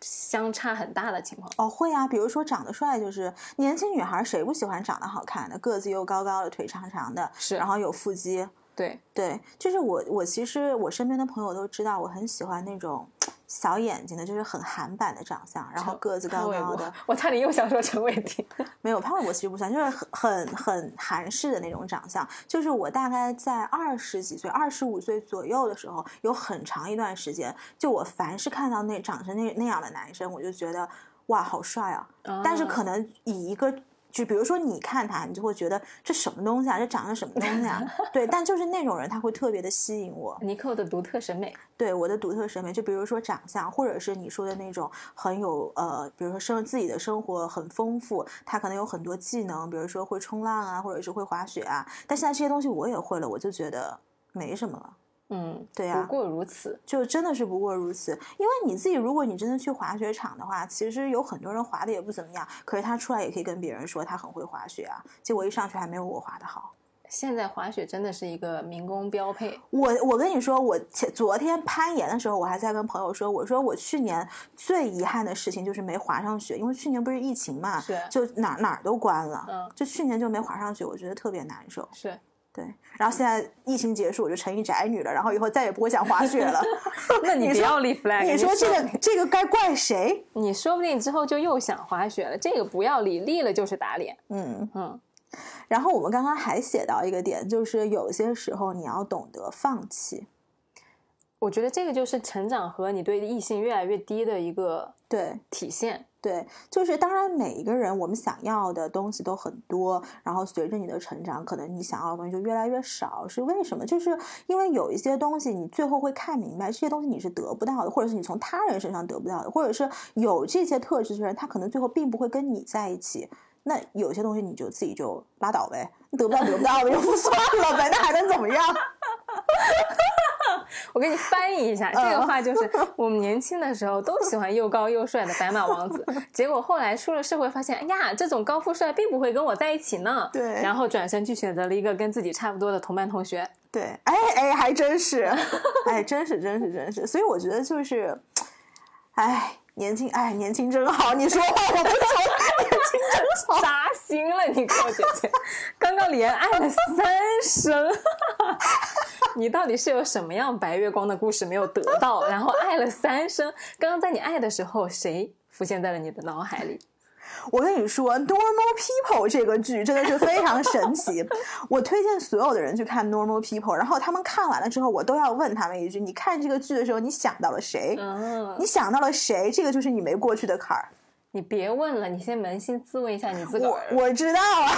S2: 相差很大的情况。
S3: 哦，会啊，比如说长得帅，就是年轻女孩谁不喜欢长得好看的，个子又高高的，腿长长的，
S2: 是
S3: 然后有腹肌，
S2: 对，
S3: 对，就是我，我其实我身边的朋友都知道，我很喜欢那种小眼睛的，就是很韩版的长相，然后
S2: 陈
S3: 个子
S2: 潘
S3: 高
S2: 玮
S3: 高
S2: 柏
S3: 的。，
S2: 我差点又想说陈伟 霆。
S3: 没有潘玮柏其实不算，就是很很很韩式的那种长相。就是我大概在二十几岁、二十五岁左右的时候，有很长一段时间，就我凡是看到
S2: 啊哦
S3: 那长成那那样的男生，我就觉得哇，好帅啊！但是可能以一个就比如说你看他，你就会觉得这什么东西啊，这长得什么东 西啊？对，但就是那种人他会特别的吸引我，
S2: 尼寇的独特审美，
S3: 对我的独特审美，就比如说长相，或者是你说的那种很有呃，比如说生自己的生活很丰富，他可能有很多技能，比如说会冲浪啊，或者是会滑雪啊。但现在这些东西我也会了，我就觉得没什么了。
S2: 嗯，
S3: 对啊呀
S2: 不过如此，
S3: 就真的是不过如此，因为你自己，如果你真的去滑雪场的话，其实有很多人滑的也不怎么样，可是他出来也可以跟别人说他很会滑雪啊，结果一上去还没有我滑的好。
S2: 现在滑雪真的是一个民工标配。
S3: 我我跟你说，我前昨天攀岩的时候，我还在跟朋友说，我说我去年最遗憾的事情就是没滑上雪，因为去年不是疫情嘛，
S2: 是
S3: 就哪哪儿都关了，
S2: 嗯
S3: 就去年就没滑上雪，我觉得特别难受。
S2: 是，
S3: 对，然后现在疫情结束，我就成一宅女了，然后以后再也不会想滑雪 了。
S2: 那你不
S3: 你说
S2: 要立 flag，
S3: 哎你说这个这个该怪谁？
S2: 你说不定之后就又想滑雪了，这个不要理，立了就是打脸。
S3: 嗯。
S2: 嗯，
S3: 然后我们刚刚还写到一个点，就是有些时候你要懂得放弃。
S2: 我觉得这个就是成长和你对异性越来越低的一个
S3: 对
S2: 体现。
S3: 对，就是当然每一个人我们想要的东西都很多，然后随着你的成长，可能你想要的东西就越来越少。是为什么？就是因为有一些东西你最后会看明白，这些东西你是得不到的，或者是你从他人身上得不到的，或者是有这些特质的人，他可能最后并不会跟你在一起。那有些东西你就自己就拉倒呗，得不到得不到呗，就不算了呗，那还能怎么样？
S2: 我给你翻译一下，这
S3: 嗯
S2: 个话 就是我们年轻的时候都喜欢又高又帅的白马王 子，结果后来出了社会发现，哎呀，这种高富帅并不会跟我在一起呢。
S3: 对
S2: 然后转身去选择了一个跟自己差不多的同班同学。
S3: 对，哎哎，还真是，哎，真是真是真是，所以我觉得就是，哎，年轻，哎，年轻真好，你说话我都说年轻真好，
S2: 扎心了，你寇姐 姐，刚刚连爱了三声， 你到底是有什么样白月光的故事没有得 到，然后爱了三声？刚刚在你爱的时候，谁浮现在了你的脑海里？
S3: 我跟你说，《Normal People》这个剧真的是非常神奇，我推荐所有的人去看《Normal People》，然后他们看完了之后，我都要问他们一句：你看这个剧的时候，你想到了谁？
S2: 嗯，
S3: 你想到了谁？这个就是你没过去的坎儿。
S2: 你别问了，你先扪心自问一下你自个
S3: 我
S2: 儿。嗯
S3: 我知道啊，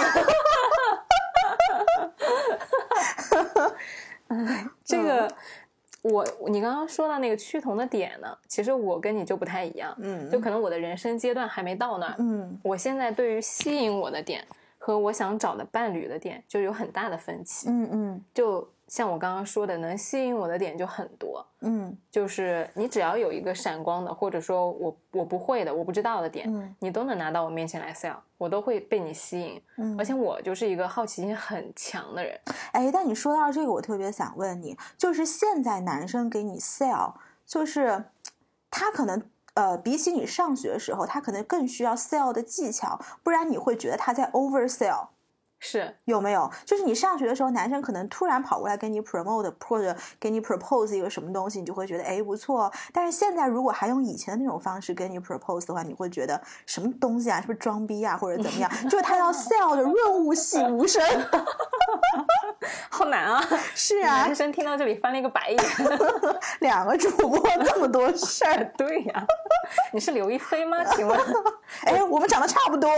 S2: 这个，我你刚刚说到那个趋同的点呢，其实我跟你就不太一样，
S3: 嗯
S2: 就可能我的人生阶段还没到那儿，
S3: 嗯
S2: 我现在对于吸引我的点和我想找的伴侣的点就有很大的分歧。
S3: 嗯嗯
S2: 就像我刚刚说的，能吸引我的点就很多，
S3: 嗯
S2: 就是你只要有一个闪光的，或者说我我不会的、我不知道的点，
S3: 嗯
S2: 你都能拿到我面前来 sell，我都会被你吸引。
S3: 嗯
S2: 而且我就是一个好奇心很强的人，
S3: 哎，但你说到这个，我特别想问你，就是现在男生给你 sell，就是他可能呃，比起你上学的时候，他可能更需要 sell 的技巧，不然你会觉得他在 over sell。
S2: 是
S3: 有没有？就是你上学的时候，男生可能突然跑过来跟你 promote 或者给你 propose 一个什么东西，你就会觉得哎不错哦。但是现在如果还用以前的那种方式跟你 propose 的话，你会觉得什么东西啊，是不是装逼啊，或者怎么样？就是他要 sell 的润物细无声。
S2: 好难啊！
S3: 是啊，
S2: 男生听到这里翻了一个白 眼。
S3: 两个主播这么多事儿，
S2: 对呀、你是刘亦菲吗？请 问
S3: 哎，我们长得差不多，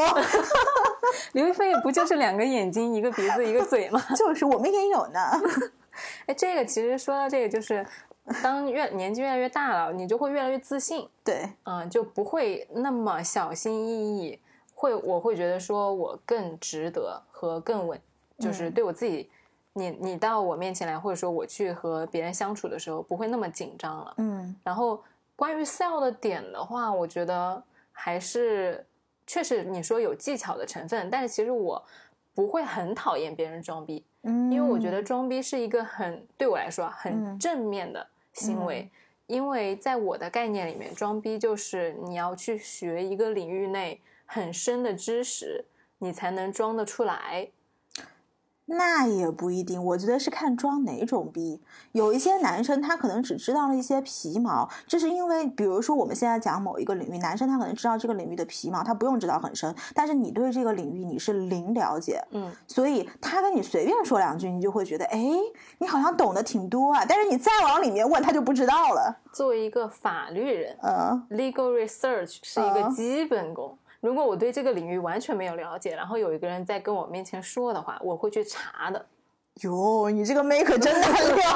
S2: 刘亦菲也不就是两个眼睛、一个鼻子、一个嘴吗？
S3: 就是我们也有呢。
S2: 哎，这个其实说到这个，就是当越年纪越来越大了，你就会越来越自信。
S3: 对，
S2: 嗯，就不会那么小心翼翼，会我会觉得说我更值得和更稳，就是对我自己，你你到我面前来，或者说我去和别人相处的时候，不会那么紧张了。
S3: 嗯
S2: 然后关于 sell 的点的话，我觉得还是确实你说有技巧的成分，但是其实我不会很讨厌别人装逼，
S3: 嗯
S2: 因为我觉得装逼是一个很对我来说啊
S3: 嗯
S2: 很正面的行为，因为在我的概念里面，装逼就是你要去学一个领域内很深的知识，你才能装得出来。
S3: 那也不一定，我觉得是看装哪种逼。有一些男生他可能只知道了一些皮毛，这是因为，比如说我们现在讲某一个领域，男生他可能知道这个领域的皮毛，他不用知道很深，但是你对这个领域你是零了解，
S2: 嗯，
S3: 所以他跟你随便说两句，你就会觉得，哎，你好像懂得挺多啊，但是你再往里面问，他就不知道了。
S2: 作为一个法律人
S3: 嗯
S2: ，legal research 是一
S3: 啊
S2: 个基本功。如果我对这个领域完全没有了解，然后有一个人在跟我面前说的话，我会去查的。
S3: 哟，你这个妹可真啊难 聊。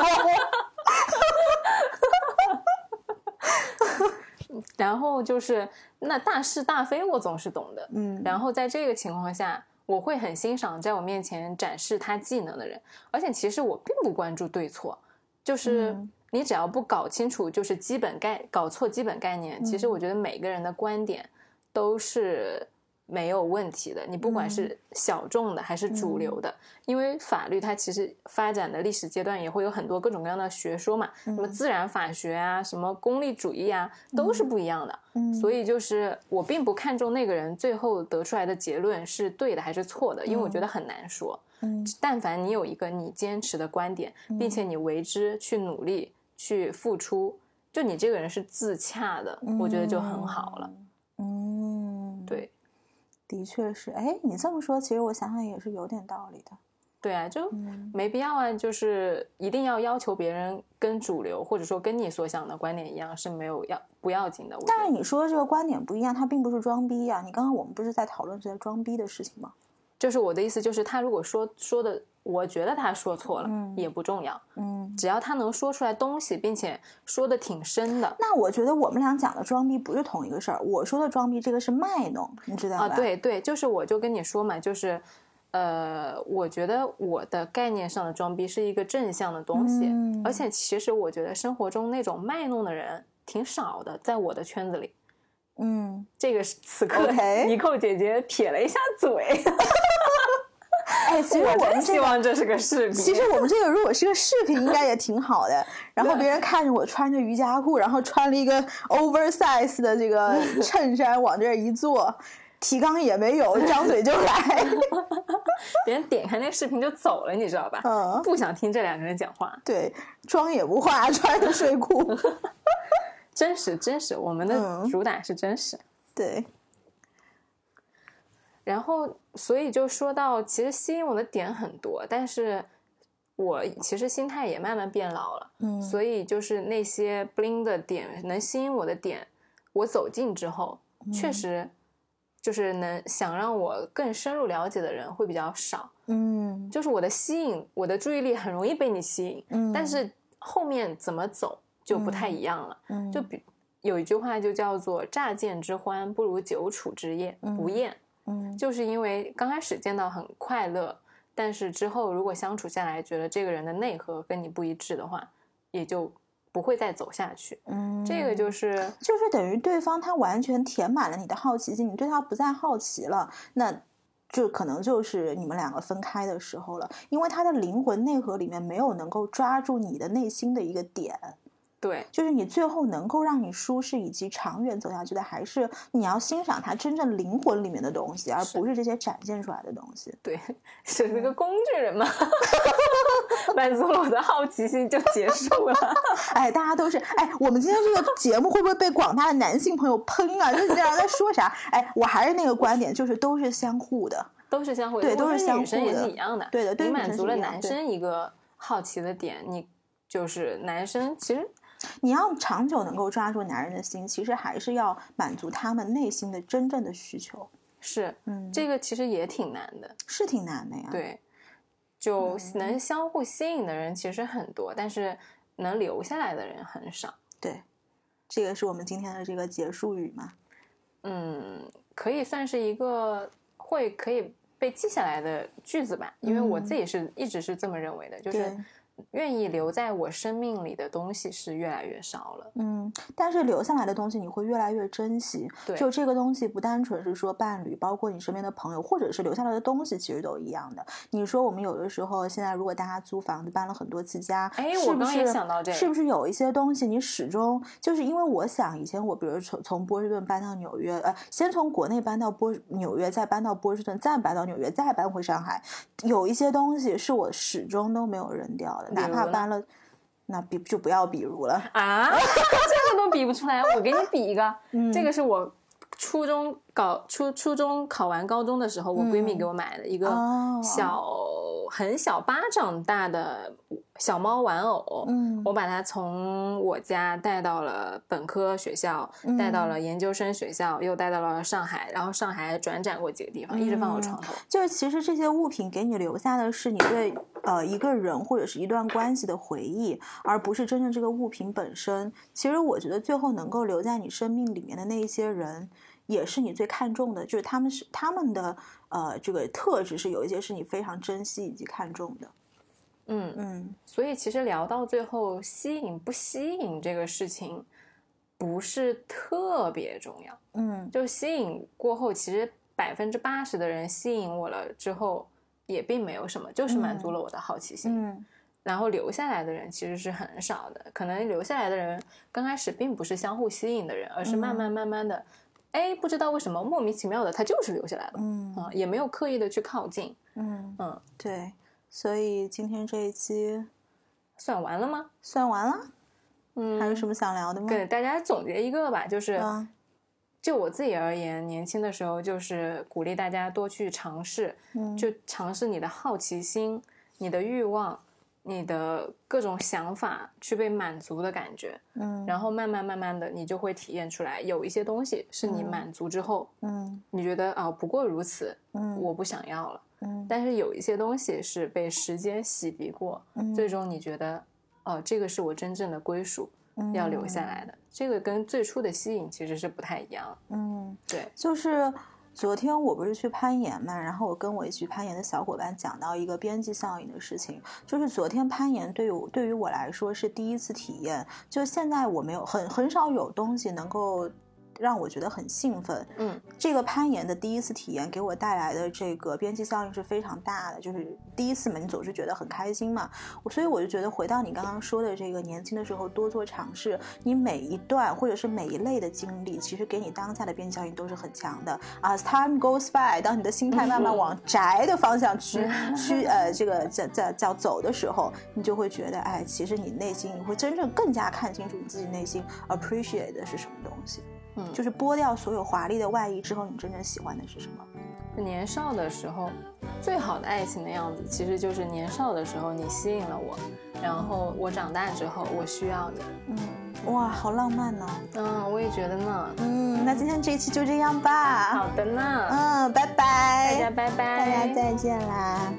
S2: 然后就是那大是大非，我总是懂的。
S3: 嗯，
S2: 然后在这个情况下，我会很欣赏在我面前展示他技能的人，而且其实我并不关注对错，就是
S3: 嗯
S2: 你只要不搞清楚，就是基本概搞错基本概念，其实
S3: 嗯
S2: 我觉得每个人的观点都是没有问题的，你不管
S3: 嗯
S2: 是小众的还是主流的，因为法律它其实发展的历史阶段也会有很多各种各样的学说嘛，什么
S3: 嗯
S2: 自然法学啊，什么功利主义啊，都是不一样的。
S3: 嗯
S2: 所以就是我并不看重那个人最后得出来的结论是对的还是错的，因为我觉得很难说。
S3: 嗯
S2: 但凡你有一个你坚持的观点，并且你为之去努力、去付出，就你这个人是自洽的，我觉得就很好了。。
S3: 嗯，嗯，
S2: 对
S3: 的确是。哎，你这么说，其实我想想也是有点道理的。
S2: 对啊，就
S3: 嗯
S2: 没必要啊，就是一定要要求别人跟主流或者说跟你所想的观点一样是没有要不要紧的。我觉
S3: 但
S2: 得
S3: 是你说的这个观点不一样，它并不是装逼啊呀、你刚刚我们不是在讨论这些装逼的事情吗？
S2: 就是我的意思就是，他如果说说的，我觉得他说错了、
S3: 嗯
S2: 也不重要。
S3: 嗯，
S2: 只要他能说出来东西，并且说的挺深的
S3: 那我觉得我们俩讲的装逼不是同一个事儿。我说的装逼，这个是卖弄，你知道吧？
S2: 啊，，对对，就是我就跟你说嘛，就是，呃，我觉得我的概念上的装逼是一个正向的东西，
S3: 嗯
S2: 而且其实我觉得生活中那种卖弄的人挺少的，在我的圈子里。
S3: 嗯，
S2: 这个是此刻
S3: OK
S2: 妮蔻姐姐撇了一下嘴，
S3: 哎，其实
S2: 我
S3: 我们
S2: 真
S3: 这
S2: 希望这是个视频。
S3: 其实我们这个如果是个视频，应该也挺好的。 然后别人看着我穿着瑜伽裤，然后穿了一个 oversize 的 这个衬衫往这儿一坐，提纲也没有，张嘴就 来。
S2: 别人点开那个视频就走了，你知道吧？
S3: 嗯
S2: 不想听这两个人讲话，
S3: 对，妆也不化，穿着 睡裤。
S2: 真实真实，我们的
S3: 嗯
S2: 主打是真实。
S3: 对，
S2: 然后，所以就说到，其实吸引我的点很多，但是我其实心态也慢慢变老了，
S3: 嗯
S2: 所以就是那些 bling 的点，能吸引我的点，我走近之后，
S3: 嗯
S2: 确实就是能想让我更深入了解的人会比较少，
S3: 嗯
S2: 就是我的吸引，我的注意力很容易被你吸引，
S3: 嗯
S2: 但是后面怎么走就不太一样了。
S3: 嗯
S2: 就比有一句话就叫做“乍见之欢不如久处之厌”，不
S3: 嗯
S2: 厌。
S3: 嗯
S2: 就是因为刚开始见到很快乐，但是之后如果相处下来，觉得这个人的内核跟你不一致的话，也就不会再走下去。
S3: 嗯，
S2: 这个就是
S3: 就是等于对方他完全填满了你的好奇心，你对他不再好奇了，那就可能就是你们两个分开的时候了，因为他的灵魂内核里面没有能够抓住你的内心的一个点，
S2: 对
S3: 就是你最后能够让你舒适以及长远走下去的，还是你要欣赏他真正灵魂里面的东西，而
S2: 是
S3: 不是这些展现出来的东西。
S2: 对，只是个工具人嘛， 满足了我的好奇心就结束了。
S3: 哎，大家都是哎，我们今天这个节目会不会被广大的男性朋友喷啊？就是这样在说啥？哎，我还是那个观点，就是都是相互的。
S2: 都是相互的，
S3: 对
S2: 我觉
S3: 都是
S2: 得
S3: 相
S2: 女生
S3: 互
S2: 也
S3: 的
S2: 是一样的。
S3: 对的对
S2: 你
S3: 女
S2: 满
S3: 生
S2: 足
S3: 是
S2: 了
S3: 一样
S2: 男
S3: 对
S2: 生一个好奇的点，你就是男生其实
S3: 你要长久能够抓住男人的心，其实还是要满足他们内心的真正的需求。
S2: 是、
S3: 嗯，
S2: 这个其实也挺难的。
S3: 是挺难的呀。，
S2: 对，就
S3: 嗯
S2: 能相互吸引的人其实很多，但是能留下来的人很少。
S3: 对，这个是我们今天的这个结束语嘛。
S2: 嗯，可以算是一个会可以被记下来的句子吧，因为我自己是一直是这么认为的，就是
S3: 嗯对
S2: 愿意留在我生命里的东西是越来越少了。
S3: 嗯，但是留下来的东西你会越来越珍惜。
S2: 对
S3: 就这个东西不单纯是说伴侣，包括你身边的朋友，或者是留下来的东西，其实都一样的。你说我们有的时候现在如果大家租房子搬了很多次家，
S2: 哎
S3: 是
S2: 我
S3: 不
S2: 刚也
S3: 是
S2: 想到这
S3: 是
S2: 个
S3: 不是有一些东西你始终就是因为我想以前我比如从从波士顿搬到纽约，呃，先从国内搬到波纽约，再搬到波士顿，再搬到纽约，再搬回上海，有一些东西是我始终都没有扔掉的，哪
S2: 比
S3: 怕
S2: 如呢
S3: 搬了，那比就不要比如了。
S2: 啊，这个都比不出来。我给你比一个，
S3: 嗯
S2: 这个是我初中
S3: 嗯啊
S2: 搞初初中考完高中的时候，我闺蜜给我买的一个
S3: 哦
S2: 小、很小巴掌大的小猫玩偶，
S3: 嗯
S2: 我把它从我家带到了本科学校，带到
S3: 嗯
S2: 了研究生学校，又带到了上海，然后上海转展过几个地方，一直放我
S3: 嗯
S2: 床头。
S3: 就是其实这些物品给你留下的是你对呃一个人或者是一段关系的回忆，而不是真正这个物品本身。其实我觉得最后能够留在你生命里面的那一些人，也是你最看重的，就是他们是他们的呃这个特质是有一些是你非常珍惜以及看重的。
S2: 嗯，
S3: 嗯
S2: 所以其实聊到最后，吸引不吸引这个事情不是特别重要，
S3: 嗯
S2: 就吸引过后，其实百分之八十的人吸引我了之后，也并没有什么，就是满足
S3: 嗯
S2: 了我的好奇心。
S3: 嗯
S2: 然后留下来的人其实是很少的，可能留下来的人刚开始并不是相互吸引的人，而是慢
S3: 嗯
S2: 慢慢慢的，哎、不知道为什么莫名其妙的他就是留下来了，
S3: 嗯
S2: 啊、也没有刻意的去靠近，
S3: 嗯
S2: 嗯，
S3: 对，所以今天这一期
S2: 算完了吗？
S3: 算完了，
S2: 嗯，
S3: 还有什么想聊的吗？
S2: 给大家总结一个吧，就是、
S3: 啊，
S2: 就我自己而言，年轻的时候就是鼓励大家多去尝试，
S3: 嗯，
S2: 就尝试你的好奇心、你的欲望、你的各种想法去被满足的感觉，
S3: 嗯，
S2: 然后慢慢慢慢的，你就会体验出来，有一些东西是你
S3: 嗯
S2: 满足之后，
S3: 嗯
S2: 你觉得啊、不过如此，
S3: 嗯
S2: 我不想要了。
S3: 嗯
S2: 但是有一些东西是被时间洗涤过，
S3: 嗯
S2: 最终你觉得，哦、这个是我真正的归属，
S3: 嗯
S2: 要留下来的。这个跟最初的吸引其实是不太一样。
S3: 嗯。嗯
S2: 对，
S3: 就是昨天我不是去攀岩嘛，然后我跟我一起攀岩的小伙伴讲到一个边际效应的事情，就是昨天攀岩对于我对于我来说是第一次体验，就现在我没有很很少有东西能够。让我觉得很兴奋。
S2: 嗯
S3: 这个攀岩的第一次体验给我带来的这个边际效应是非常大的，就是第一次嘛，你总是觉得很开心嘛。我所以我就觉得，回到你刚刚说的这个年轻的时候多做尝试，你每一段或者是每一类的经历，其实给你当下的边际效应都是很强的。As time goes by，当你的心态慢慢往宅的方向去去呃这个叫叫叫走的时候，你就会觉得，哎，其实你内心你会真正更加看清楚你自己内心 appreciate 的是什么东西，
S2: 嗯，
S3: 就是剥掉所有华丽的外衣之后，你真正喜欢的是什么？
S2: 年少的时候，最好的爱情的样子，其实就是年少的时候你吸引了我，然后我长大之后我需要你。
S3: 嗯，哇，好浪漫呢、
S2: 嗯，我也觉得呢。
S3: 嗯，那今天这一期就这样吧。
S2: 好的呢，
S3: 嗯，拜
S2: 大
S3: 拜，大
S2: 家拜
S3: 大
S2: 拜，
S3: 家再见啦。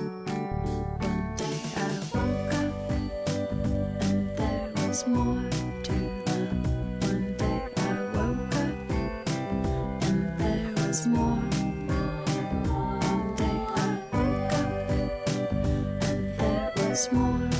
S1: One day I woke up and there was more to love. One day I woke up and there was more. One day I woke up and there was more